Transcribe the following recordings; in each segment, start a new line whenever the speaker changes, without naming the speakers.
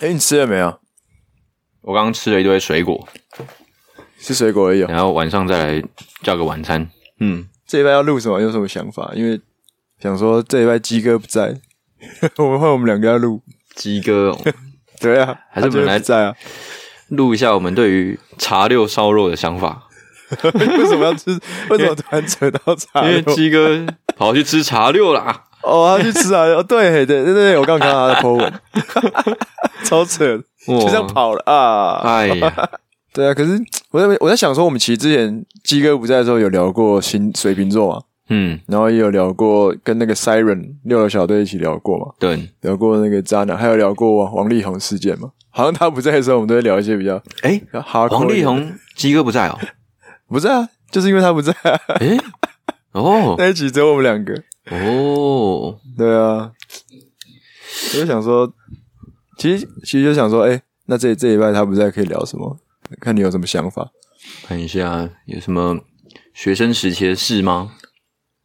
哎，你吃了没有？
我刚刚吃了一堆水果，
吃水果而已哦。
然后晚上再来叫个晚餐。
嗯，这一拜要录什么？有什么想法？因为想说这一拜鸡哥不在，我们换我们两个要录。
鸡哥、哦、
对啊，
还是
他就
本来
不在 啊？
录一下我们对于茶六烧肉的想法，
为什么要吃？为什么突然扯到茶
因
六？
为鸡哥跑去吃茶六 啦。
哦，他去吃啊！哦，对对对对对，我刚刚看到他的 po 文，超扯的，
哇
就这样跑了啊！
哎呀，
对啊，可是我在我在想说，我们其实之前鸡哥不在的时候有聊过新水瓶座嘛，
嗯，
然后也有聊过跟那个 Siren 六楼小队一起聊过嘛，
对，
聊过那个渣男，还有聊过王王力宏事件嘛。好像他不在的时候，我们都会聊一些比较
哎，
比较哈。
王力宏鸡哥不在 哦，
不在啊，就是因为他不在、啊，
哎，哦
那一集只有我们两个。
哦，
对啊，我就想说，其实其实就想说，哎、那这这一拜他不在，可以聊什么？看你有什么想法？
看一下有什么学生时期的事吗？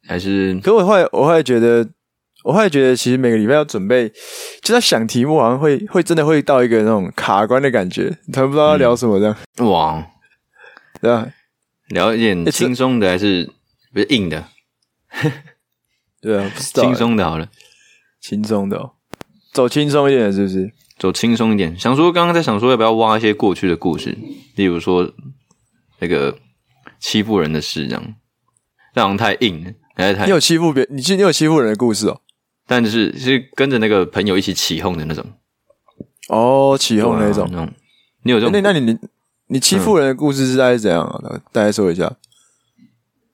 还是
可我后来我后来觉得，我后来觉得，其实每个礼拜要准备，就在想题目，好像会会真的会到一个那种卡关的感觉，突然不知道要聊什么这
嗯
样，
哇，
对啊，
聊一点
这
轻松的还是不是硬的？
对啊，不知道、
轻松的好了。
轻松的、哦，走轻松一点的是不是？
走轻松一点。想说刚刚在想说要不要挖一些过去的故事，例如说那个欺负人的事这样，这好像太硬了，还是太
你……有欺负别你，你有欺负人的故事哦？
但就是是跟着那个朋友一起起哄的那种，
哦，起哄那种哎
对。啊那种。你有这
那
种，
那你你你欺负人的故事是大概怎样啊？大概说一下。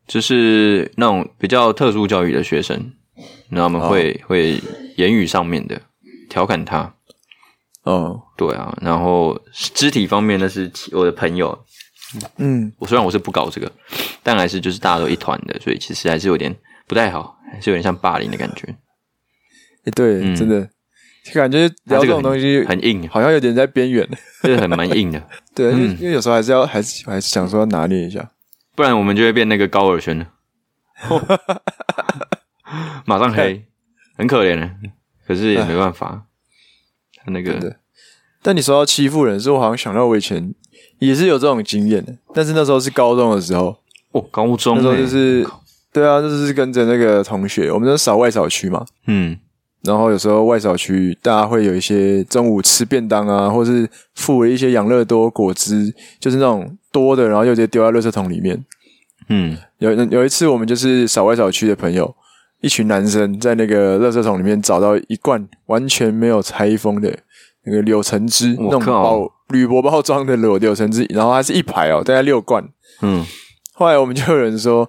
就是那种比较特殊教育的学生，然后他
哦
们会、会言语上面的调侃他，
哦，
对啊，然后肢体方面那是我的朋友，
嗯，
我虽然我是不搞这个，但还是就是大家都一团的，所以其实还是有点不太好，还是有点像霸凌的感觉。
诶哎对，
嗯
真的，感觉聊这种东西
很硬，
好像有点在边缘。
就是很蛮硬的，
对，因为因为有时候还是要，还是还是想说要拿捏一下。
不然我们就会变那个高尔宣了， 马上黑，很可怜的，可是也没办法。他那
哎真的
个
但你说到欺负人，是我好像想到我以前也是有这种经验的，但是那时候是高中的时候，
哦，高中
那时候
欸
就是对啊，就是跟着那个同学，我们都扫外扫区嘛，
嗯
然后有时候外扫区大家会有一些中午吃便当啊，或是附了一些养乐多果汁，就是那种多的，然后又直接丢在垃圾桶里面。
嗯
有有一次，我们就是扫外扫区的朋友，一群男生在那个垃圾桶里面找到一罐完全没有拆封的那个柳橙汁，那
我
种
靠
包铝箔包装的柳柳 橙汁，然后它是一排哦，大概六罐。
嗯，
后来我们就有人说，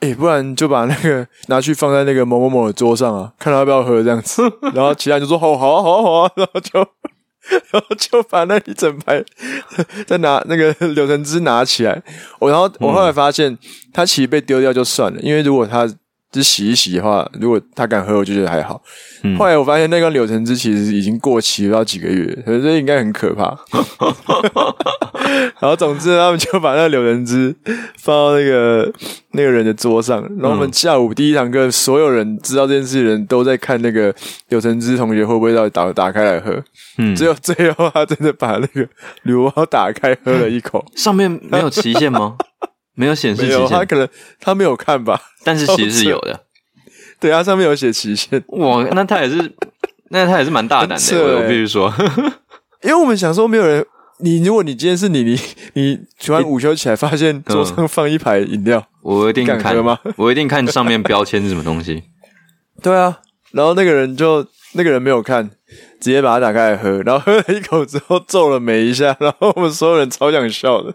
诶、不然就把那个拿去放在那个某某某的桌上啊， 看他要不要喝这样 子。然后其他人就说，好好啊好啊好啊，然后就 然后就把那一整排 再拿那个柳橙汁拿起来。我
嗯
然后我后来发现，它其实被丢掉就算了，因为如果它只洗一洗的话，如果他敢喝，我就觉得还好。
嗯
后来我发现那个柳橙汁其实已经过期不到几个月了，所以应该很可怕。 然后总之呢他们就把那个柳橙汁放到那个那个人的桌上，然后我们下午第一堂课，所有人知道这件事的人都在看那个柳橙汁同学会不会到底打打开来喝，
嗯
只有最后他真的把那个 铝箔包打开喝了一口，
上面没有期限吗？没有显示
没
期
有啊他
限，
可能他没有看吧，
但是其实是有的。
对，他上面有写期限，
哇，那他也是，那他也是蛮大胆的，
很扯
我我
欸
必须说。
因为我们想说没有人。你如果你今天是你你你突然午休起来发现桌上放一排饮料，
我一定
敢喝
看
吗
我一定看上面标签是什么 东西。
对啊，然后那个人就那个人没有看，直接把它打开来喝，然后喝了一口之后皱了眉一下， 然后我们所有人超想笑的，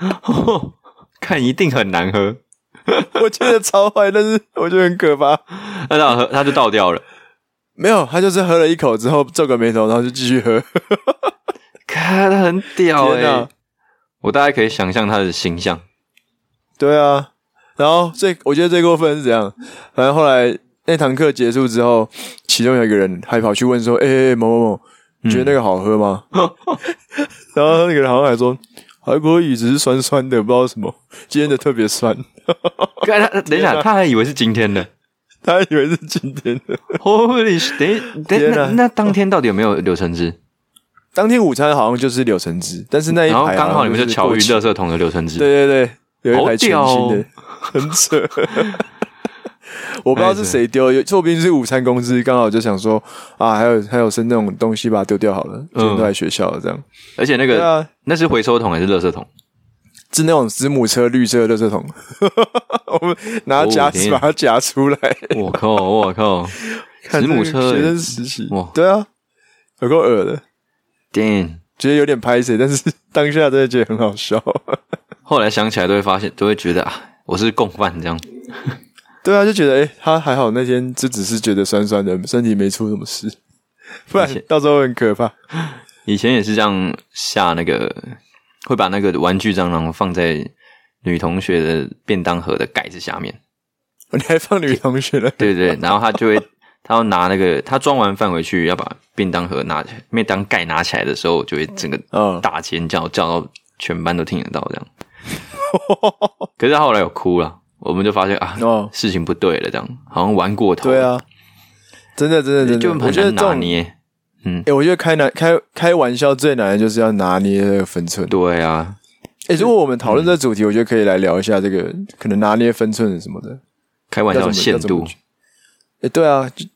哦
看一定很难喝，
我觉得超坏，但是我觉得很可怕。
那他喝他就倒掉了。
没有，他就是喝了一口之后皱个眉头，然后就继续喝。
看，他很屌哎、
天哪
我大概可以想象他的 形象。
对啊，然后最我觉得最过分是怎样？反正后来那堂课结束之后，其中有一个人还跑去问说：“哎、欸某某某，你觉得那个好喝吗？” 然后那个人好像还说：“还可以，只是酸酸的，不知道什么，今天的特别酸。”
看他，等一下，他还以为是今天的。
他以为是今天的，
Holy，sh- 等一等一
天哪
那那当天到底有没有柳橙汁？
当天午餐好像就是柳橙汁，但是那一
然后
排
刚好你们
哎就
就是巧
过
遇
期
垃圾桶的流程汁，
对对对，有一
好
排全
屌
新
哦
的，很 扯。我不知道是谁丢，有说不定是午餐公司刚好就想说啊，还有还有剩那种东西把它丢掉好了，就
嗯
都在学校了这样。
而且那
对
个
啊，
那是回收桶还是垃圾桶？
是那种子母车绿色的垃圾桶， 我们拿
哦
夹
天
子把它夹出来。
我靠，哦我靠
看
子母
这个
车
学
欸
生实习
哇，
对啊，有够恶的，
，damn！
觉得有点拍谁，但是 当下真的觉得很好笑。
后来想起来都会发现，都会觉得啊，我是共犯这样。
对啊，就觉得哎、诶他还好，那天就只是觉得酸酸的，身体没出什么事， 不然
而且
到时候很可怕。
以前也是这样下那个，会把那个玩具蟑螂放在女同学的便当盒的盖子下面，
你还放女同学了？
对对对， 然后她就会，她要拿那个，她装完饭回去要把便当盒拿起来，便当盖拿起来的时候，就会整个
嗯，
大尖叫，叫到全班都听得到这 样。可是她后来有哭了，我们就发现啊，
哦，
事情不对了，这样好像玩过头，
对，啊，真的，真的，真
就
的，我
很
觉得
难
这
拿
种，
捏，
哎、我觉得开难开开玩笑最难的就是要拿捏那个分寸。
对嗯啊，
哎、如果我们讨论这个主题，我觉得可以来聊一下这个可能拿捏分寸什么的。
开玩笑
要
的
怎么
限
要怎么
度
去，哎、对啊，就就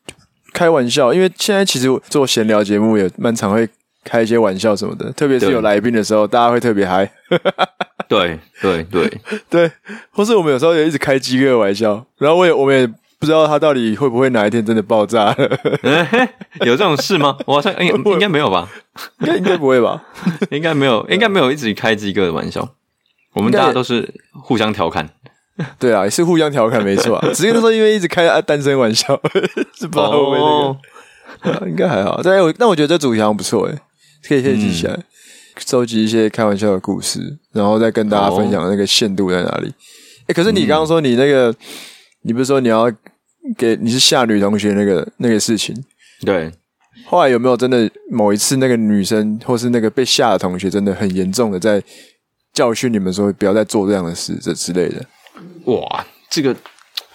开玩笑，因为现在其实我做闲聊节目也蛮常会开一些玩笑什么的，特别是
对
有来宾的时候，大家会特别嗨。
对对对，
对，或是我们有时候也一直开鸡哥的玩笑，然后我也我们也不知道他到底会不会哪一天真的爆炸，
有这种事吗？我好像应应该没有吧，
应该应该不会吧？
应该没有， 应该没有一直开鸡哥的玩笑。我
应
们
该
大
也
家都是互相调侃，
对啊，也是互相调侃，没错、啊。只是那时候因为一直开啊单身玩笑， 是不知道会不会
哦，
那啊个，应该还好。但我但我觉得这主题好像不错诶、可以可以记起来，收、集一些开玩笑的故事，然后再跟大家分享那个限度在哪里。诶、可是你刚刚说你那个，你不是说你要给你是吓女同学那个那个事情，
对，
后来有没有真的某一次那个女生或是那个被吓的同学真的很严重的在教训你们说不要再做这样的事这之类的？
哇，这个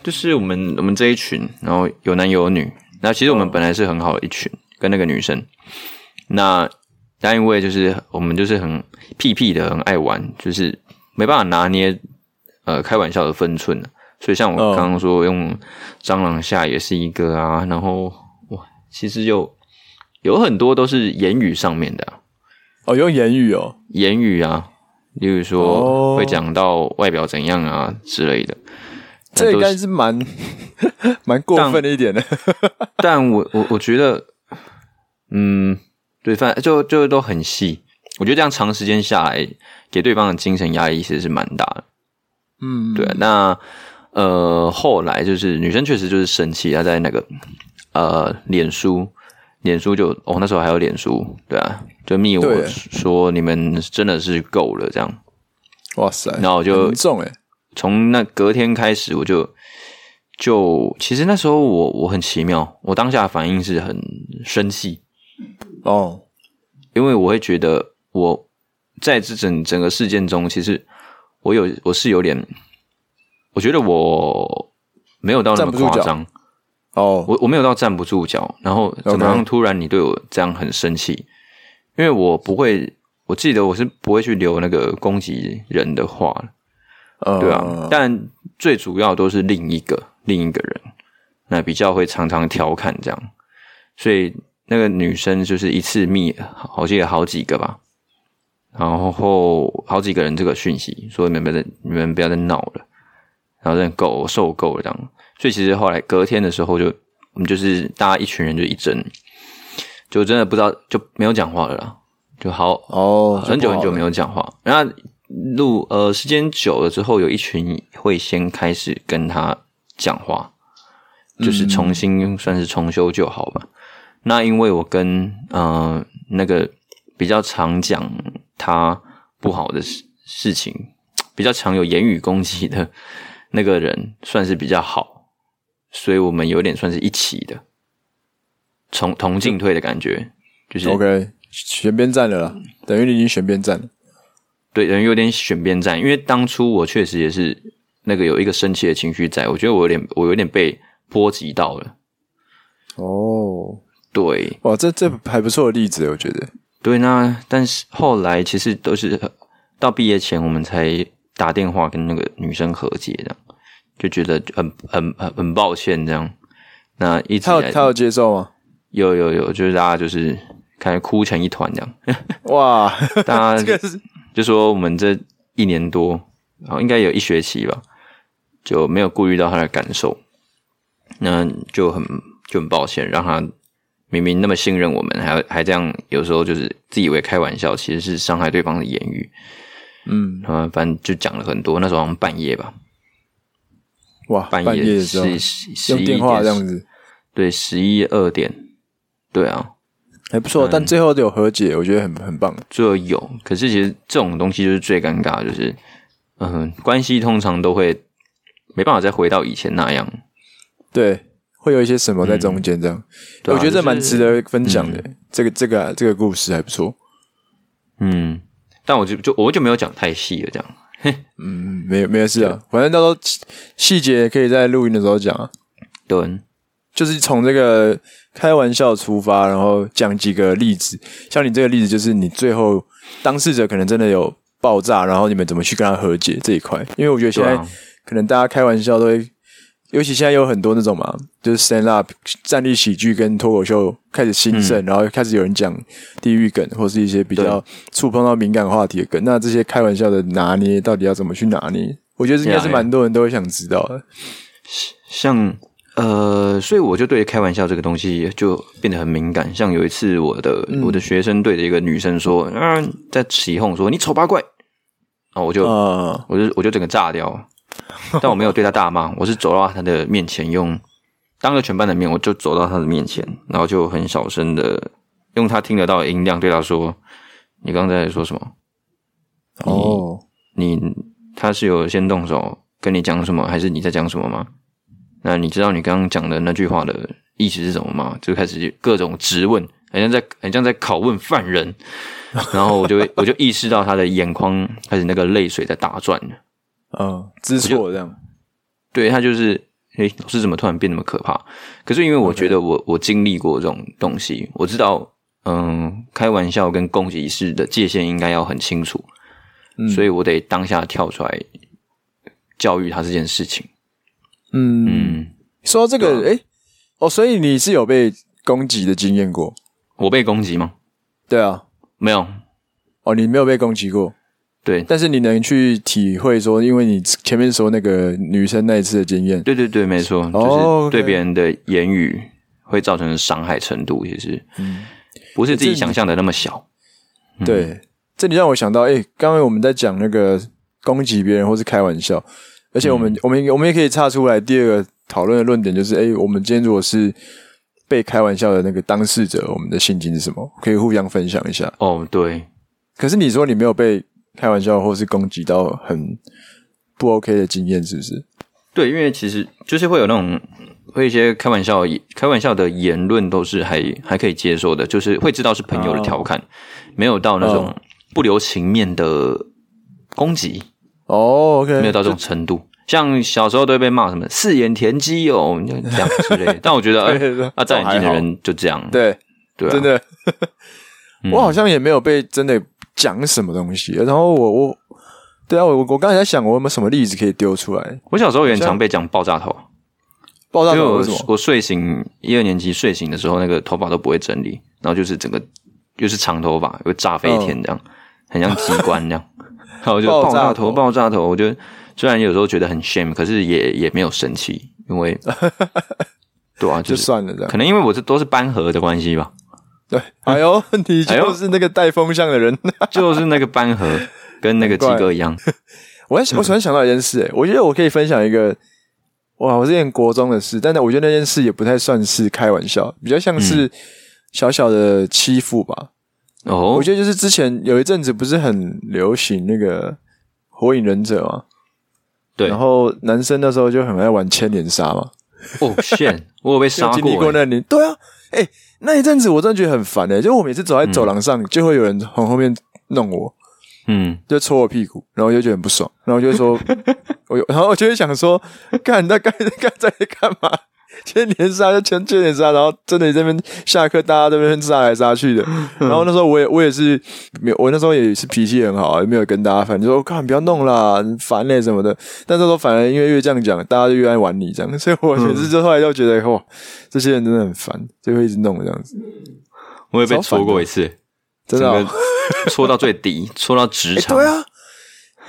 就是我们我们这一群，然后有男有女，那其实我们本来是很好的一群，跟那个女生，那但因为就是我们就是很屁屁的，很爱玩，就是没办法拿捏呃开玩笑的分寸啊所以像我
嗯
刚刚说用蟑螂下也是一个啊，然后哇，其实有有很多都是言语上面的啊、
哦，用言语哦，
言语啊，例如
哦
说会讲到外表怎样啊之类的。
这应
都是
该是 蛮蛮过分的一点的。
但我我我觉得，嗯，对，反就就都很细。我觉得这样长时间下来，给对方的精神压力其实是蛮大的。
嗯，
对啊、那呃，后来就是女生确实就是生气，她在那个呃脸书，脸书就哦那时候还有脸书，对啊，就密我
对
说你们真的是够了这样。
哇塞，
然后我就
很重哎、
从那隔天开始，我就就其实那时候我我很奇妙，我当下的反应是很生气，
哦，
因为我会觉得我在这整整个事件中，其实我有我是有点，我觉得我没有到那
站
么
不住
夸
脚
张，
哦，
我我没有到站不住脚，然后怎么样？突然你对我这样很生气因为我不会，我记得我是不会去留那个攻击人的话的
呃
对啊，但最主要都是另一个另一个人，那比较会常常调侃这样，所以那个女生就是一次密，好记得好几个吧，然后好几个人这个讯息说你们不要再你们不要再闹了，然后真的够我受够了这样，所以其实后来隔天的时候就我们就是大家一群人就一整，就真的不知道就没有讲话了啦，就好
哦，
很久很久没
有，
有讲话。然后录呃时间久了之后，有一群会先开始跟他讲话，就是重新算是重修旧好吧。那因为我跟呃那个比较常讲他不好的事事情，比较常有言语攻击的那个人，算是比较好，所以我们有点算是一起的。从同进退的感觉，就是
OK，选边站了啦，等于你已经选边站了。
对，人有点选边站，因为当初我确实也是那个有一个生气的情绪在，我觉得我有点我有点被波及到了。
哦，
对
哇，这这还不错的例子，我觉得
对，那但是后来其实都是到毕业前，我们才打电话跟那个女生和解，这样就觉得很很很很抱歉这样。那一直
他有
以来
他有接受吗？
有有有，就是大家就是开始哭成一团这样，
哇，
大
这
家
个是
就说我们这一年多，然后应该有一学期吧，就没有顾虑到他的感受，那就很就很抱歉，让他明明那么信任我们，还还这样，有时候就是自以为开玩笑，其实是伤害对方的言语。
嗯，
啊，反正就讲了很多。那时候好像半夜吧，
哇，半
夜
夜的时候
十十十
用
一
电话这样
点，
子
对，十一二点，对啊，
还不错，但最后有和解，我觉得很很棒。
就有。可是其实这种东西就是最尴尬的，就是嗯，关系通常都会没办法再回到以前那样。
对，会有一些什么在中间这样，
对
我
啊
觉得
就
这
是
蛮值得分享的。这个这个、啊这个故事还不错。
嗯，但我就就我就没有讲太细了，这样。
嗯，没有没有事啊，反正到时候细细节可以在录音的时候讲啊。
对，
就是从这个开玩笑出发，然后讲几个例子。像你这个例子，就是你最后当事者可能真的有爆炸，然后你们怎么去跟他和解这一块？因为我觉得现在
对啊
可能大家开玩笑都会，尤其现在有很多那种嘛，就是 stand up 站立喜剧跟脱口秀开始兴
嗯
盛，然后开始有人讲地域梗或是一些比较触碰到敏感话题的梗。那这些开玩笑的拿捏到底要怎么去拿捏？我觉得应该是
呀
蛮多人都会想知道的。
像呃，所以我就对开玩笑这个东西就变得很敏感。像有一次，我的、我的学生对着一个女生说，啊，在起哄说你丑八怪，啊，我就、
啊、
我就我就整个炸掉，但我没有对她大骂，我是走到她的面前用，当着全班的面，我就走到她的面前，然后就很小声的用她听得到的音量对她说，你刚才在说什么？
哦，
你他是有先动手跟你讲什么，还是你在讲什么吗？那你知道你刚刚讲的那句话的意思是什么吗？就开始各种质问，好像在好像在拷问犯人。然后我就会我就意识到他的眼眶开始那个泪水在打转了。
嗯，知错这样。
对他就是，诶、老师怎么突然变那么可怕？可是因为我觉得我我经历过这种东西，我知道，嗯，开玩笑跟攻击式的界限应该要很清楚，
嗯
所以我得当下跳出来教育他这件事情。
嗯，
嗯，
说到这个，
对
诶，哦，所以你是有被攻击的经验过？
我被攻击吗？
对啊，
没有，
哦，你没有被攻击过，
对，
但是你能去体会说，因为你前面说那个女生那一次的经验，
对对对，没错，
哦
就是
OK
对别人的言语会造成的伤害程度，也是，不是自己
嗯这
想象的那么小。
对，这里让我想到，诶，刚刚我们在讲那个攻击别人或是开玩笑，而且我们、我们我们也可以岔出来第二个讨论的论点，就是，诶，我们今天如果是被开玩笑的那个当事者，我们的心情是什么？可以互相分享一下。
哦，对，
可是你说你没有被开玩笑或是攻击到很不 OK 的经验，是不是？
对，因为其实就是会有那种会一些开玩笑、开玩笑的言论，都是还还可以接受的，就是会知道是朋
哦
友的调侃，没有到那种不留情面的攻击，
哦，OK、o k
没有到这种程度。像小时候都会被骂什么四眼田鸡哦，你这样之类的。但我 觉得，
对对
呃啊，戴眼镜
这还
的
好
人就这样，
对，
对啊，嗯
真的，我好像也没有被真的讲什么东西。然后我我对啊，我我我刚才在想，我有没有什么例子可以丢出来？
我小时候也很常被讲爆炸头，
爆炸
因为
头
我
为什么？
我睡醒一二年级睡醒的时候，那个头发都不会整理，然后就是整个又是长头发，又炸飞天这样，很像机关 这样。然后我就
嗯爆
爆
炸
炸
头
头，爆炸头。我就虽然有时候觉得很 shame，可是也也没有生气，因为对啊，
就
就是
算了这样
可。能因为我这都是班合的关系吧，
对，哎呦，你
哎
就
呦
是那个带风向的 人。哎
就是那个班合跟 那个鸡哥一样，
我在想，我突然想到一件事、欸，我觉得我可以分享一个，哇，我之前国中的事，但是我觉得那件事也不太算是开玩笑，比较像
嗯
是小小的欺负吧。
哦
我，觉得就是之前有一阵子不是很流行那个《火影忍者》嘛，
对，
然
哦
后男生那时候就很爱玩千年杀嘛，
，Oh shit，我 有被杀
有经历过
过欸，
那年，对啊，哎、那一阵子我真的觉得很烦哎、就我每次走在走廊上，就会有人从后面弄我，
嗯，
就戳我屁股，然后我就觉得很不 爽，然后我就会说，我有，然后我就会想说，干，那干干在干嘛？天天杀就全全点杀，然后真的这边下课大家这边杀来杀 去的。然后那时候我也我也是没有，我那时候也是脾气很好啊，也没有跟大家反，就说看不要弄啦，很烦嘞、什么的。但那时候反而因为越这样讲，大家就越爱玩你这样，所以我
嗯
每次就后来就觉得哇，这些人真的很烦，就会一直弄这样子，
我也被戳过一次，
真的、
整
哦。
个戳到最低，戳 到直肠。
对啊，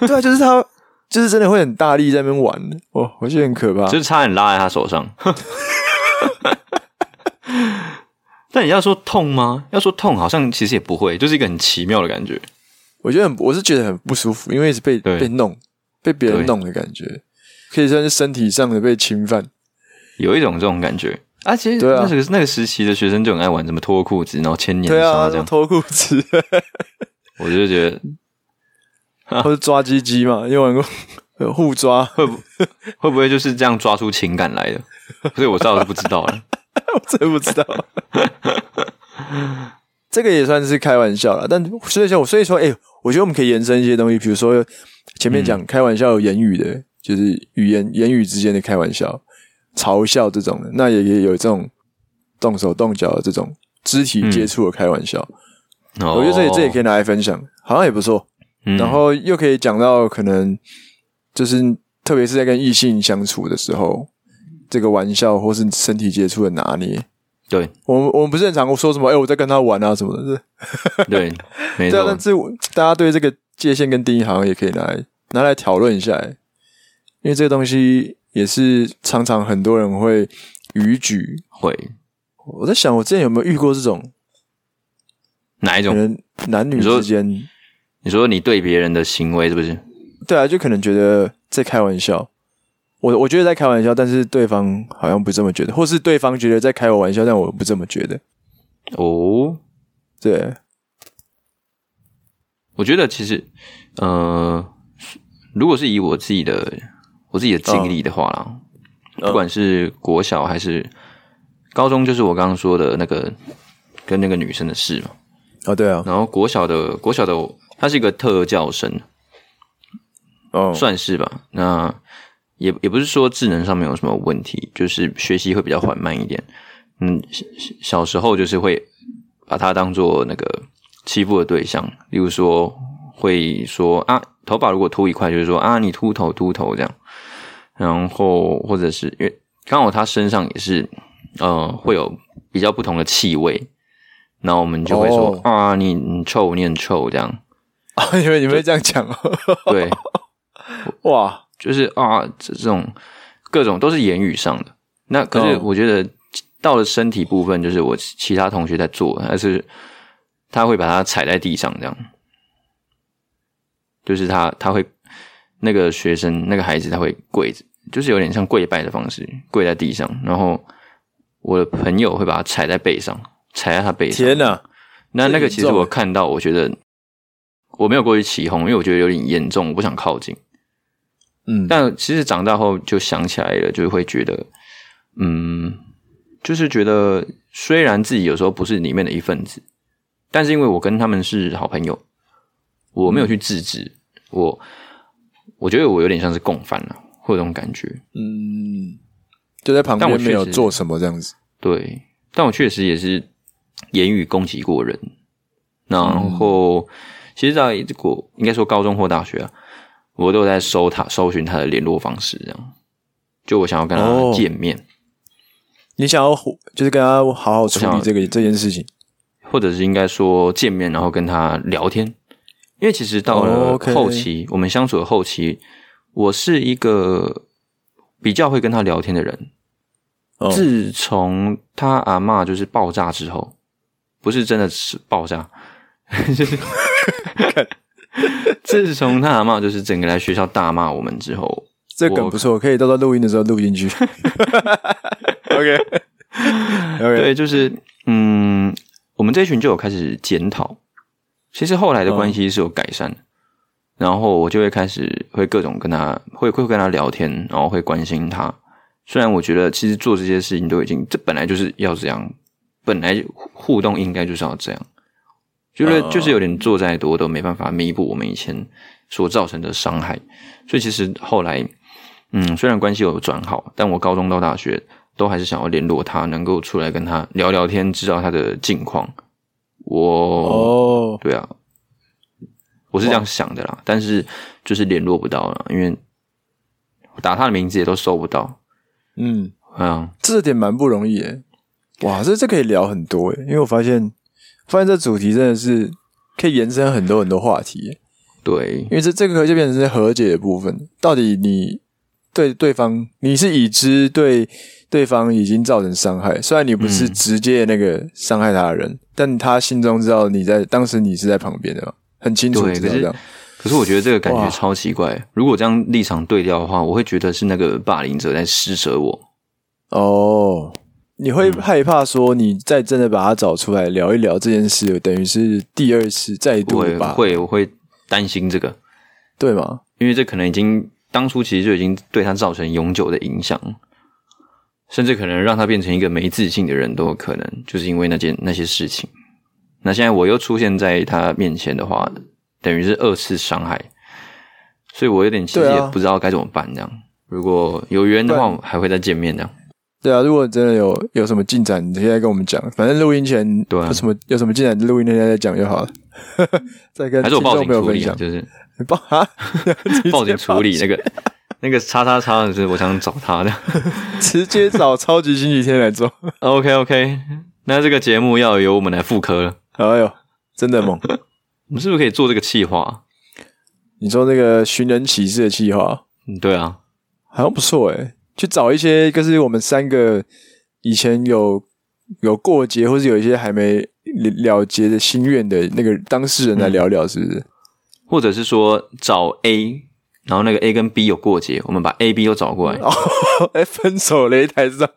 对啊，就是他， 就是真的会很大力在那边玩，哇，我觉得很可怕。
就是差点拉在他手上。 但你要说痛吗？要说痛，好像其实也不会，就是一个很奇妙的感觉。
我觉得很，我是觉得很不舒服，因为是被
对
被弄、被别人弄的感觉，可以算是身体上的被侵犯。
有一种这种感觉。啊，其实
对啊
那个那个时期的学生就很爱玩什么脱裤子，然后牵年
对
纱
啊
这，样，
脱裤子
我就觉得
或者抓鸡鸡嘛，因为玩过 呃互抓，
会不会不会就是这样抓出情感来的？所以我倒是不知 道了。
我真不知道。这个也算是开玩笑啦，但所以说，所以说，哎、我觉得我们可以延伸一些东西，比如说前面讲开玩笑有言语的，就是语言言语之间的开玩笑、嘲笑这种的，那也也有这种动手动脚的这种肢体接触的开玩笑。
哦嗯
我觉得这里这也可以拿来分享，好像也不错。
以
然后又可以讲到可能就是特别是在跟异性相处的时候，这个玩笑或是身体接触的拿捏。
对
我们我们不是很常说什么哎、我在跟他玩啊什么的，
对，没
是对啊。
错
但，是我大家对这个界限跟定义好像也可以拿来拿来讨论一下，哎因为这个东西也是常常很多人会逾矩。
会
我在想，我之前有没有遇过这种
哪一
可
种？
能男女
你说
之间？
你说你对别人的行为是不是？
对啊，就可能觉得在开玩笑。我我觉得在开玩笑，但是对方好像不这么觉得，或是对方觉得在开我玩笑，但我不这么觉得。
哦，
对，
我觉得其实，呃，如果是以我自己的我自己的经历的话啦，不管是国小还是高中，就是我刚刚说的那个跟那个女生的事嘛。
哦，对啊，
然后国小的国小的我，她是一个特教生，
哦，
算是吧。那也也不是说智能上面有什么问题，就是学习会比较缓慢一点。嗯，小小时候就是会把它当做那个欺负的对象，例如说会说啊，头发如果秃一块，就是说啊，你秃头秃头这样。然后或者是因为刚好他身上也是呃会有比较不同的气味，然后我们就会说、
哦
啊，你你臭，你很臭这样。
啊，你们你们会这样讲哦，
对，
哇，
就是啊，这这种各种都是言语上的。那可是
哦
我觉得到了身体部分，就是我其其他同学在做，但是他会把它踩在地上，这样，就是他他会那个学生那个孩子他会跪着，就是有点像跪拜的方式，跪在地上，然后我的朋友会把他踩在背上，踩在他背上。
天哪，
那
这
那个
严
其实
重
我
欸
看到，我觉得我没有过去起哄，因为我觉得有点严重，我不想靠近。
嗯，
但其实长大后就想起来了，就会觉得，嗯，就是觉得虽然自己有时候不是里面的一份子，但是因为我跟他们是好朋友，我没有去制止，我我觉得我有点像是共犯了，会有这种感觉。
嗯，就在旁
但我
边没
确
有
实
做什么这样子，
对，但我确实也是言语攻击过人。然后，其实在国应该说高中或大学啊，我都有在搜他搜寻他的联络方式，这样就我想要跟他
哦
见面，
你想要就是跟他好好处
我想
理
要
这个这件事情，
或者是应该说见面，然后跟他聊天。因为其实到
哦
了
，OK
后期，我们相处的后期，我是一个比较会跟他聊天的人。
哦
自从他阿嬷就是爆炸之后，不是真的是爆炸， 就是 自从他阿嬷就是整个来学校大骂我们之后，
这梗不错，可以到时候录音的时候录 进去。OK OK，
对，就是嗯，我们这一群就有开始检讨。其实后来的关系是有改善的，然后我就会开始会各种跟他会会跟他聊天，然后会关心他。虽然我觉得其实做这些事情都已经，这本来就是要这样，本来互动应该就是要这样。觉得就是有点做再多都没办法弥补我们以前所造成的伤害，所以其实后来，嗯，虽然关系有转好，但我高中到大学都还是想要联络他，能够出来跟他聊聊天，知道他的近况。我，
哦，
对啊，我是这样想的啦，但是就是联络不到了，因为我打他的名字也都搜不到。
嗯，
嗯，
这点蛮不容易诶。哇，这这可以聊很多诶，因为我发现发现这主题真的是可以延伸很多很多话题耶。
对，
因为这这个就变成是和解的部分。到底你对对方，你是已知对对方已经造成伤害，虽然你不是
嗯
直接那个伤害他的人，但他心中知道你在当时你是在旁边的嘛，很清楚
对
知道
可是
这样。
可是我觉得这个感
哇
觉超奇怪。如果这样立场对调的话，我会觉得是那个霸凌者在施舍我。
哦，你会
嗯
害怕说你再真的把他找出来聊一聊这件事，等于是第二次再
我
度
会
把
会我会担心这个，
对吗？
因为这可能已经当初其实就已经对他造成永久的影响，甚至可能让他变成一个没自信的人都有可能，就是因为那件那些事情。那现在我又出现在他面前的话，等于是二次伤害，所以我有点其实
对啊
也不知道该怎么办这样。如果有缘的话，我还会再见面这样。
对啊，如果真的有有什么进展，你现在跟我们讲。反正录音前
对啊
有什么有什么进展，录音那天再讲就好了。 再跟
还
听
是我报
众
警
朋友
处
分
理啊，
享。
就是
你报啊！
报警处理那个那个叉叉叉，就是我想找他的。
直接找超级星期天来做。
OK OK，那这个节目要由我们来复刻了。
哎呦，真的猛！
我们是不是可以做这个企划？
你说那个寻人启事的计划
嗯，对啊，
好像不错诶、去找一些就是我们三个以前有有过节，或是有一些还没了结的心愿的那个当事人来聊聊，是不是？
或者是说找 A，然后那个 A 跟 B 有过节，我们把 A、B 都 找过来。
哎、分手擂台上。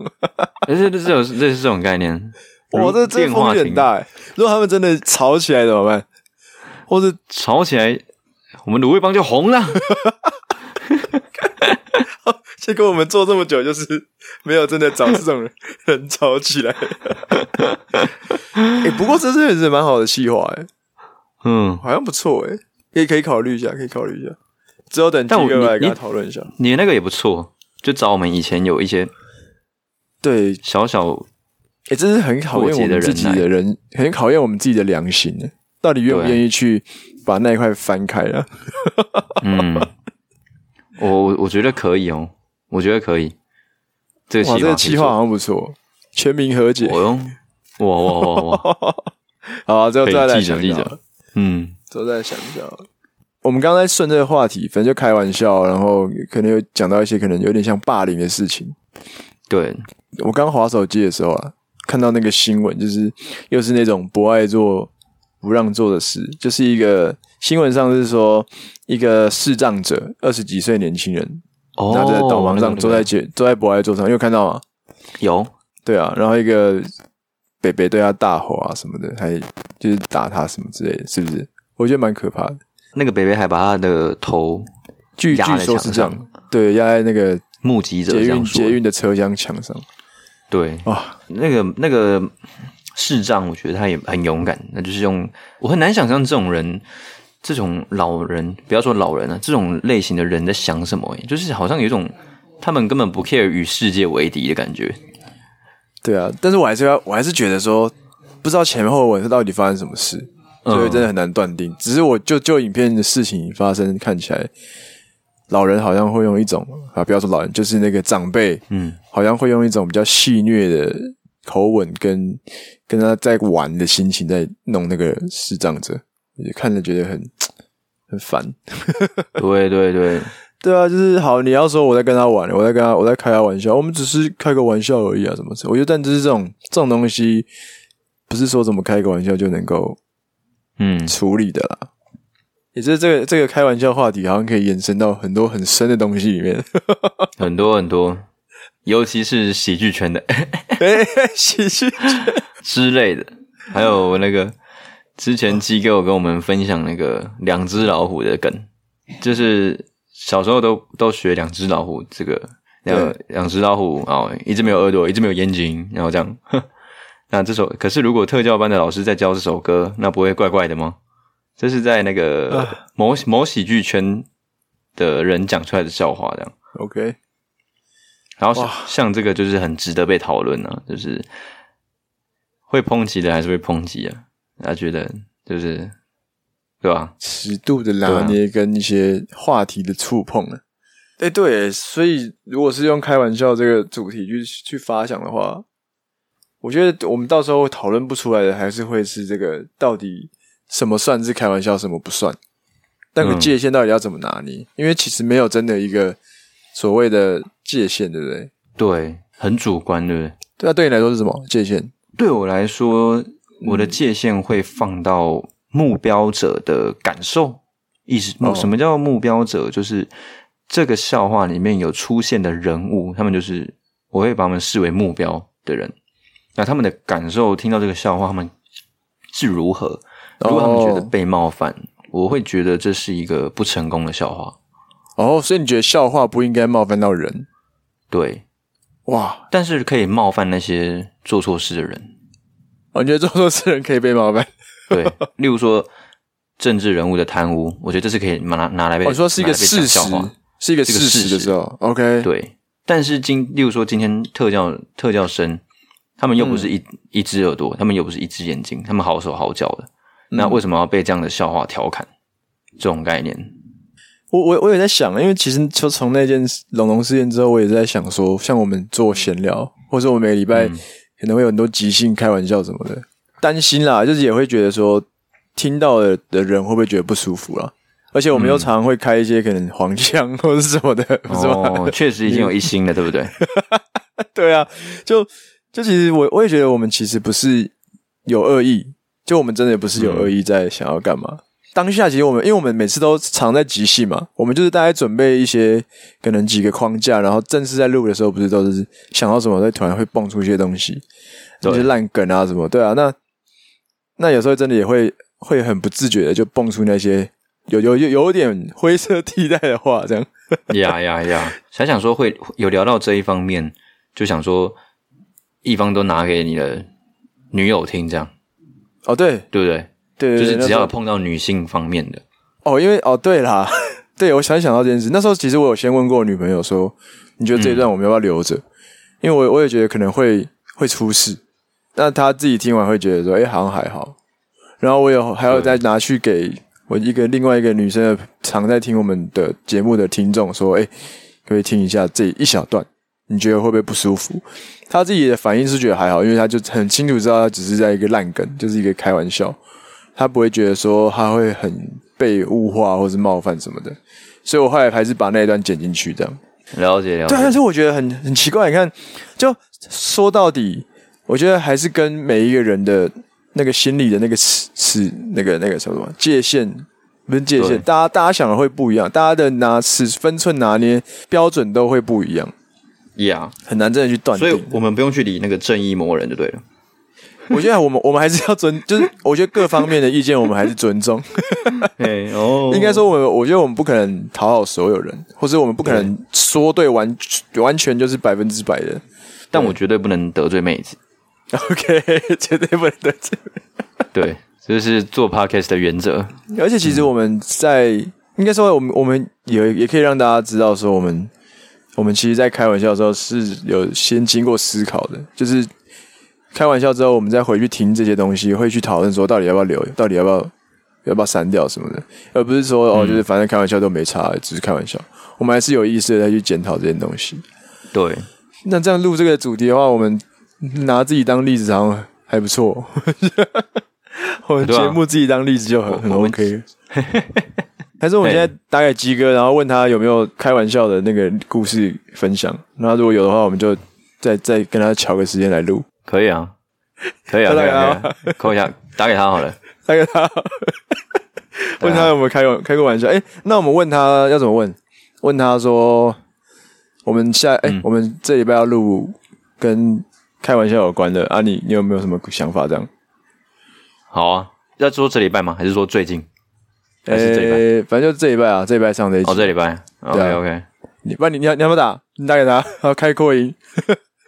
这这这种这是这种概念。
哇，这这
电
风
话
险
亭
很大哎！如果他们真的吵起来怎么办？ 或者
吵起来，我们卤味帮就红了。
结果我们做这么久，就是 没有真的找这种人人吵起来。 哎、不过这真的是蛮好的计划哎，
嗯，
好像不错哎，也可以考虑一下，可以考虑一下。之后等
但
几
我
个来
你
跟他
你
讨论一下。
你那个也不错，就找我们以前有一些
对，
小 小
哎、这是很考验我们自己的人，很考验我们自己的良心的，到底愿不
对
愿意去把那一块翻开啊了、
嗯，我我我觉得可以哦，我觉得可以。这个计
哇，
划
这
可以
个
做，
计划好像不错，全民和解。
我用，哇哇哇哇，
好，之后
可以
再来
记着
想一
记
想
着嗯，
之后再想一下好了。我们刚才顺这个话题，反正就开玩笑，然后可能有讲到一些可能有点像霸凌的事情。
对，
我刚划手机的时候啊，看到那个新闻，就是又是那种不爱做、不让做的事，就是一个新闻上是说一个视障者，二十几岁年轻人，
哦，
他在导盲
那个
杖坐在街坐在不爱座上，又看到吗？
有，
对啊，然后一个北北对他大吼啊什么的，还就是打他什么之类的，是不是？我觉得蛮可怕的。
那个北北还把他的头
据
压
据
在
说
墙
是这样
上，
对，压在那个
目击者
捷
这样
运捷
说，
运的车厢墙上。
对，
哇，
那个那个视障，我觉得他也很勇敢，那就是用我很难想象这种人。这种老人，不要说老人了、这种类型的人在想什么、欸？就是好像有一种他们根本不 care 与世界为敌的感觉。
对啊，但是我还是要，我还是觉得说，不知道前后文到底发生什么事，所
嗯
以真的很难断定。只是我就就影片的事情发生看起来，老人好像会用一种啊，不要说老人，就是那个长辈，
嗯，
好像会用一种比较戏谑的口吻跟跟他在玩的心情在弄那个视障者，我就看着觉得很很烦。
对对对，
对啊，就是好，你要说我在跟他玩，我在跟他，我在开他玩笑，我们只是开个玩笑而已啊，什么事？我觉得，但就是这种这种东西，不是说怎么开个玩笑就能够
嗯，
处理的啦。也是这个这个开玩笑话题，好像可以延伸到很多很深的东西里面。
很多很多，尤其是喜剧圈的
哎、喜剧
之类的，还有那个之前鸡哥有跟我们分享那个两只老虎的梗，就是小时候都都学两只老虎这个两两只老虎哦，一只没有耳朵，一只没有眼睛，然后这样。 那这首可是如果特教班的老师在教这首歌，那不会怪怪的吗？这是在那个某某喜剧圈的人讲出来的笑话，这样。
，OK，
然后像这个就是很值得被讨论啊，就是会抨击的还是会抨击啊，他觉得就是对吧？
尺度的拿捏跟一些话题的触碰啊。哎、对，所以如果是用开玩笑这个主题去去发想的话，我觉得我们到时候讨论不出来的，还是会是这个到底什么算是开玩笑，什么不算，那个
嗯
界限到底要怎么拿捏？因为其实没有真的一个所谓的界限，对不对？
对，很主观，对不对？
对啊，对你来说是什么界限？
对我来说，我的
嗯
界限会放到目标者的感受、意识。
哦
什么叫目标者？就是这个笑话里面有出现的人物，他们就是我会把他们视为目标的人。那他们的感受，听到这个笑话，他们是如何？如果他们觉得
哦
被冒犯，我会觉得这是一个不成功的笑话。
哦，所以你觉得笑话不应该冒犯到人？
对，
哇，
但是可以冒犯那些做错事的人。
哦，你觉得做错事人可以被冒犯？
对，例如说政治人物的贪污，我觉得这是可以拿拿来被
我、哦、你说是一个
拿来被讲
事实
笑话，
是一个
是个
事实
事
的
实
时候，OK，
对。但是今例如说今天特教特教生，他们又
嗯
不是一、一只耳朵，他们又不是一只眼睛，他们好手好脚的，
嗯
那为什么要被这样的笑话调侃？这种概念，
我我我也在想，因为其实就从那件龙龙事件之后，我也在想说，像我们做闲聊，或者我每个礼拜
嗯
可能会有很多即兴开玩笑什么的，担心啦，就是也会觉得说，听到的的人会不会觉得不舒服啦？而且我
嗯
们又常常会开一些可能黄腔或者是什么的， 不是吗？
哦，确实已经有一星了，对 不对？
对啊，就就其实我我也觉得我们其实不是有恶意，就我们真的也不是
嗯
有恶意在想要干嘛。当下其实我们，因为我们每次都常在即兴嘛，我们就是大概准备一些可能几个框架，然后正式在录的时候，不是都是想到什么，会突然会蹦出一些东西，一
对
些烂梗啊什么，对啊，那那有时候真的也会会很不自觉的就蹦出那些有有有有点灰色地带的话，这样，
呀呀呀！才想说会有聊到这一方面，就想说一方都拿给你的女友听，这样
哦，对
对不对？
对对，
就是
对
只
那时
要
候
有碰到女性方面的，
哦，因为哦，对啦， 对我想想到这件事，那时候其实我有先问过我女朋友说，你觉得这一段我们要不要留着？因为我我也觉得可能会会出事，那她自己听完会觉得说，哎、好像还好。然后我有还要再拿去给我一个另外一个女生的常在听我们的节目的听众说，哎、可不可以听一下这一小段？你觉得会不会不舒服？她自己的反应是觉得还好，因为她就很清楚知道她只是在一个烂梗，就是一个开玩笑。他不会觉得说他会很被物化或是冒犯什么的，所以我后来还是把那一段剪进去，这样。
了解了
对啊，
解
但。是我觉得很很奇怪，你看，就说到底，我觉得还是跟每一个人的那个心理的那个尺尺那个那个叫什么界限，不是界
对
限，大家大家想的会不一样，大家的拿尺分寸拿捏标准都会不一样，
呀
很难真的去断
所
定
以。我们不用去理那个正义魔人就 对了。
我觉得我们我们还是要尊，就是我觉得各方面的意见我们还是尊重。
哎哦
应该说，我们我觉得我们不可能讨好所有人，或者我们不可能说对完完全就是百分之百的。
但我绝对不能得罪妹子。
OK，绝对不能得罪。
对，这是做 podcast 的原则。
而且其实我们在、应该说，我们我们也也可以让大家知道说，我们我们其实，在开玩笑的时候是有先经过思考的，就是开玩笑之后，我们再回去听这些东西，会去讨论说到底要不要留，到底要不要要不要删掉什么的，而不是说哦，就是反正开玩笑都没差，只是开玩笑。我们还是有意识的再去检讨这些东西。
对，
那这样录这个主题的话，我们拿自己当例子好像还不错。 我们节目自己当例子就很很
啊我们
OK。还是我们现在打给鸡哥，然后问他有没有开玩笑的那个故事分享。那如果有的话，我们就再再跟他瞧个时间来录。
可以啊，可以啊，
打
可以
给他
啊，可以啊扣一下，打给他好了。
打给
啊
他，问他有没有开玩开过玩笑？哎、那我们问他要怎么问？问他说，我们下哎、
嗯
我们这礼拜要录跟开玩笑有关的啊你，你有没有什么想法？这样？
好啊，要说这礼拜吗？还是说最近？还是这礼拜？
呃，反正就这一拜啊，这一拜上这一集。
哦，这礼拜。
对
OK
啊
OK，
你不然你你要你要不要打？你打给他，然后开扩音。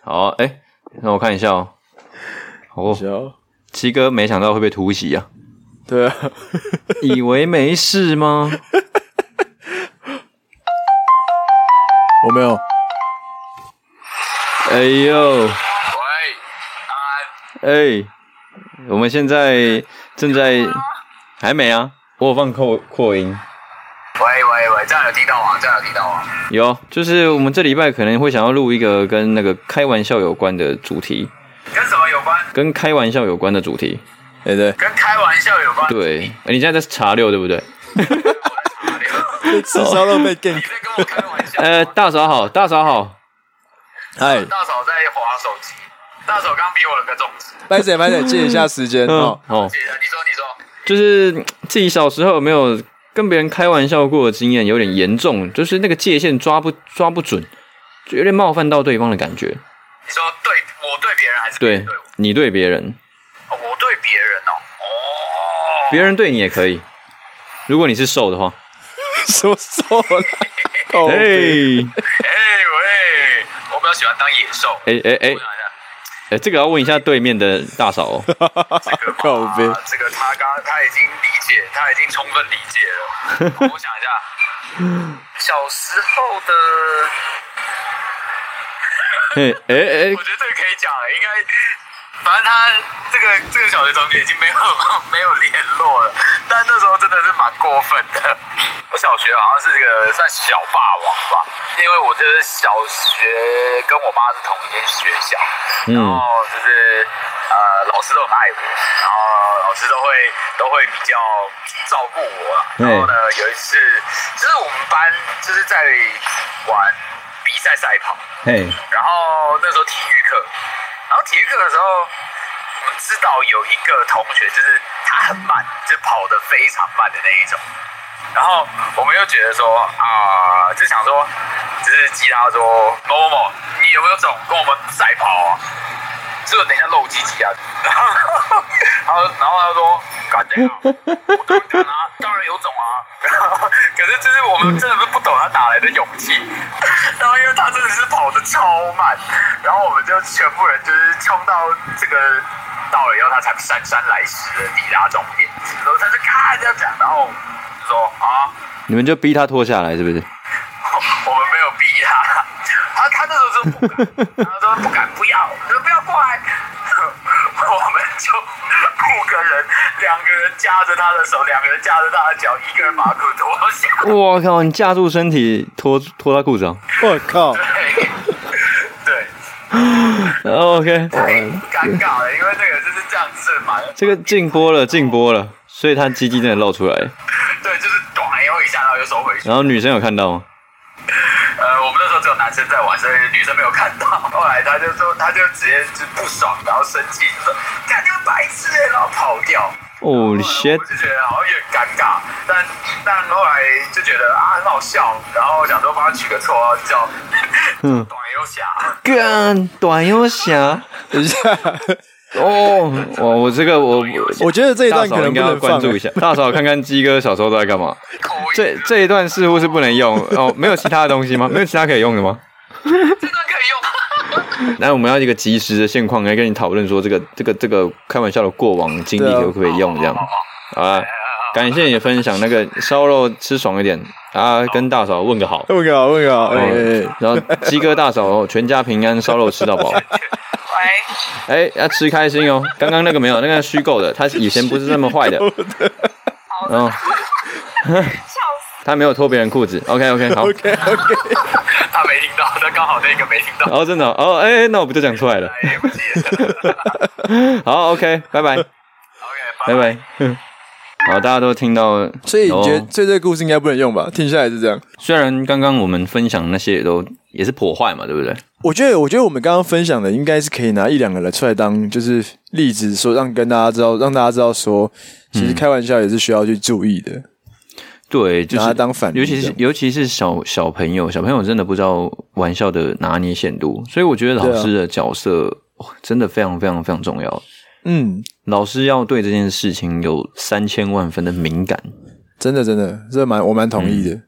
好啊，哎，那我看一下哦。哦，
行，
七哥没想到会被突袭 啊，
对啊，
以为没事吗？
我没有。
哎呦，哎，我们现在正在还没啊，我有放扩扩音。
喂喂喂，这样有听到吗？这样有听到啊吗？
有，啊就是我们这礼拜可能会想要录一个跟那个开玩笑有关的主题，
跟什么有关？
跟开玩笑有关的主题。
哎、 对，
跟开玩笑有关。
对，哎你现在在查六对不对？
吃烧肉被 gank
你。在跟我开玩笑？
呃，大嫂好，大嫂好，
哎，
大嫂在划手机，大嫂刚比我了个粽子。
拍谁拍谁，借一下时间
嗯
哦，。
哦，
姐，你说你说，
就是嗯自己小时候有没有跟别人开玩笑过的经验有点严重，就是那个界限抓不抓不准，就有点冒犯到对方的感觉。
你说对我对别人还是别人
对
对我？
你对别人，
哦我对别人哦。哦，
别人对你也可以。如果你是瘦的话，
什么时 候啦？靠
哎
背
哎喂，我比较喜欢当野兽。
哎哎哎
不然呢
哎，这个要问一下对面的大嫂哦。
靠背，
啊，这个他刚他已经理解，他已经充分理解了。我想一下，小时候的，
嘿哎哎
我觉得这个可以讲，应该，反正他这个这个小学同学已经没有 没有联络了，但那时候真的是蛮过分的。我小学好像是个算小霸王吧，因为我就是小学跟我妈是同一间学校，然
嗯
后就是呃，老师都很爱我，然后老师都会都会比较照顾我啦。
嗯
然后呢，有一次就是我们班就是在玩比赛赛跑，
嘿，
然后那时候体育课，然后体育课的时候，我们知道有一个同学就是他很慢，就是跑得非常慢的那一种。然后我们又觉得说啊、就想说，就是记他说某某某，你有没有种跟我们赛跑啊？ 这个等一下漏鸡鸡啊！ 然后，然后，然后他说：“干怎样？我当然啊，当然有种啊。” 然后，可是就是我们真的是不懂他哪来的勇气。 然后，因为他真的是跑得超慢，然后我们就全部人就是冲到这个到了以后，他才姗姗来迟的抵达终点。然后他就咔这样讲，然后就说：“啊，
你们就逼他脱下来是不是？
我们没有逼他， 他他那时候是不敢，他说不敢不要，你们不要过来。 我们就五个人，两个人夹着他的手，两个人夹着他的脚，一个人把他裤脱下 来。
我靠，你架住身体脱脱他裤子啊
我靠，
对，
？OK，
太尴尬了，因为那个就是这样子嘛，
嗯这个禁播了，禁播了，所以他鸡鸡真的露出来。
对，就是短哎悠一下，然后又收回去。
然后女生有看到吗？
呃，我们那时候只有男生在玩，所以女生没有看到。 后来他就说，他就直接就不爽，然后生气，就说：“干你们白痴欸！”然后跑掉。
哦，你
后来
shit！
我就觉得好像有点尴尬，但但后来就觉得啊很好笑，然后想说帮他取个绰号叫
嗯
短游侠。
干短又侠
等一下，
哦，我我这个我
我觉得这一
大
段可
嫂
能
应
不
该要
能
关
放
注一。下，大嫂看看鸡哥小时候都在干嘛。
口音
这这一段似乎是不能 用哦，没有其他的东西吗？没有其他可以用的吗？
这段可以用，
那我们要一个及时的现况来跟你讨论说这个这个这个开玩笑的过往经历
对啊
可不可以用这样啊？感谢你的分享，那个烧肉吃爽一点啊，跟大嫂问个好。哦
问个好，问个好，哎哎，哎
然后鸡哥大嫂全家平安，烧肉吃到饱。
喂，
哎，要吃开心哦。刚刚那个没有，那个虚构的，他以前不是那么坏的。 哦，他没有脱别人裤子。OK OK 好。
OK OK，
他没听到，他刚好那个没听到，
哦，真的哦哦，哎，那我不就讲出 来了？
哎，不记得。
好，OK，拜拜，
OK，
拜
拜拜。
拜。 好，大家都听到。
所以你觉得
哦
所以这个故事应该不能用吧？听下来是这样。
虽然刚刚我们分享那些也都也是破坏嘛，对不对？
我觉得，我觉得我们刚刚分享的应该是可以拿一两个来出来当就是例子，说让跟大家知道，让大家知道说，其实开玩笑也是需要去注意的。
对，就
拿
是
它当反例
尤其
这
是
样
尤其是小小朋友，小朋友真的不知道玩笑的拿捏限度，所以我觉得老
对啊
师的角色、哦真的非常非常非常重要。
嗯，
老师要对这件事情有三千万分的敏感，
真的真的，这蛮我蛮同意的。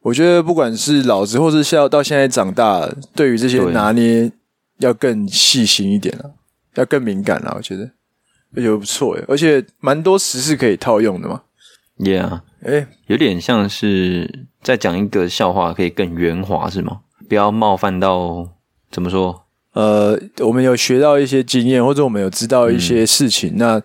我觉得不管是老师，或是现在到现在长大，对于这些
对
拿捏要更细心一点啊，要更敏感啊。我觉得也不错欸诶，而且蛮多时事可以套用的嘛。
yeah，
诶，
有点像是在讲一个笑话，可以更圆滑是吗？不要冒犯到怎么说
呃，我们有学到一些经验，或者我们有知道一些事情，那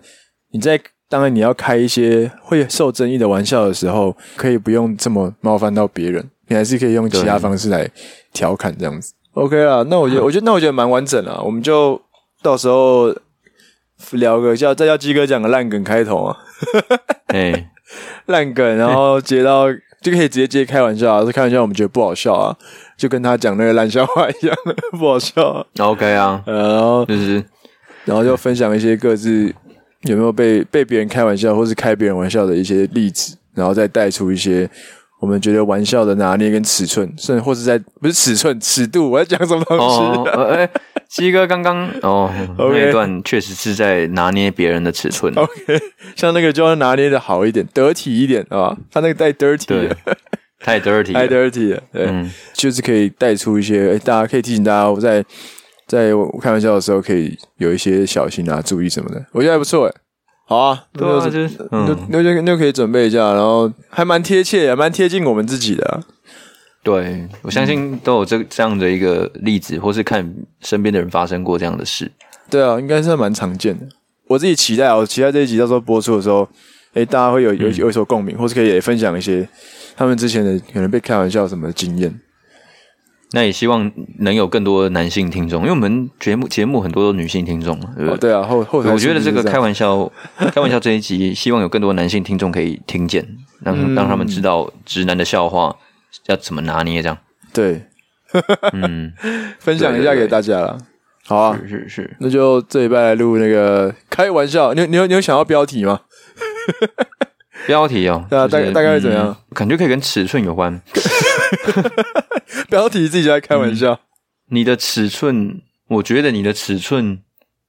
你在当然你要开一些会受争议的玩笑的时候，可以不用这么冒犯到别人，你还是可以用其他
对
方式来调侃这样子。OK 啦，那我觉得，我觉得那我觉得蛮完整啊，我们就到时候聊个叫再叫鸡哥讲个烂梗开头啊。
哎、
烂梗，然后接到就可以直接接开玩笑啊，是开玩笑，我们觉得不好笑啊，就跟他讲那个烂笑话一样，不好笑、啊。
o k 啊，
呃 然后，
就是
然后就分享一些各自有没有被被别人开玩笑，或是开别人玩笑的一些例子，然后再带出一些我们觉得玩笑的拿捏跟尺寸，甚至或是在不是尺寸尺度，我在讲什么东
哦，
西、啊
哦哎、鸡哥刚刚哦
OK
那一段确实是在拿捏别人的尺寸，
o k 像那个就要拿捏的好一点，得体一点啊，他那个带 dirty 的
对，太 dirty
太
了，
dirty 了，对，
嗯
就是可以带出一些，哎、大家可以提醒大家，我在在我开玩笑的时候，可以有一些小心啊、注意什么的，我觉得还不错，哎，好啊，
对
那
啊，
就
就是
那
嗯，
那就那就可以准备一下，然后还蛮贴切，也蛮贴近我们自己的啊、
对，我相信都有这这样的一个例子，或是看身边的人发生过这样的事，
对啊，应该是蛮常见的。我自己期待啊，我期待这一集到时候播出的时候，哎、大家会有有
嗯
有所共鸣，或是可以也分享一些他们之前的可能被开玩笑什么的经验。
那也希望能有更多的男性听众，因为我们节目节目很多都女性听众嘛，对不
哦，
对？
对啊，后后台
我觉
数
得
据
这
是
个
样
开玩笑， 开玩笑这一集，希望有更多男性听众可以听见，让、让他们知
嗯
道直男的笑话要怎么拿捏，这样。
对，
嗯，
分享一下给大家啦。好啊，
是是是，
那就这礼拜来录那个开玩笑，你有你有你有想要标题吗？
标题哦，
对啊
就是
大概大概是怎样
嗯感觉可以跟尺寸有关，
标题自己就在开玩笑，
你的尺寸，我觉得你的尺寸，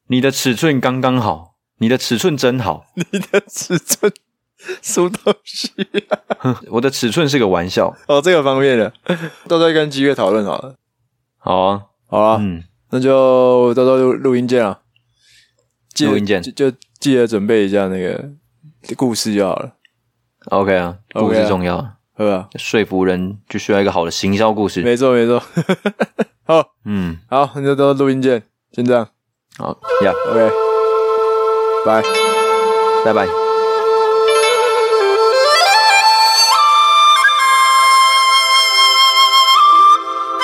你的尺寸刚刚好，你的尺寸真好，
你的
嗯
尺寸什么东西、啊？
我的尺寸是个玩笑。
哦，这个方面的，到时候跟鸡哥讨论好了。
好啊，
好啊，
嗯，
那就到时候录录音见啊，记得
录音见
就就记得准备一下那个故事就好了，
OK 啊，故
OK 啊
事重要
好吧？
说服人就需要一个好的行销故事。
没错没错， 好
嗯，
好，那就到时候录音见，先这样
好呀，
，OK，拜。哎
拜拜。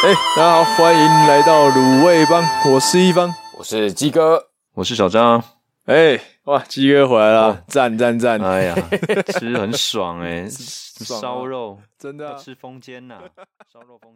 哎、大家好，欢迎来到卤味帮，我是一方。
我是鸡哥，
我是小张，
哎、哇，鸡哥回来
哦
了，赞赞赞！
哎呀，吃很爽哎、
爽啊
烧肉
真的啊
要吃风煎呐、烧肉风煎。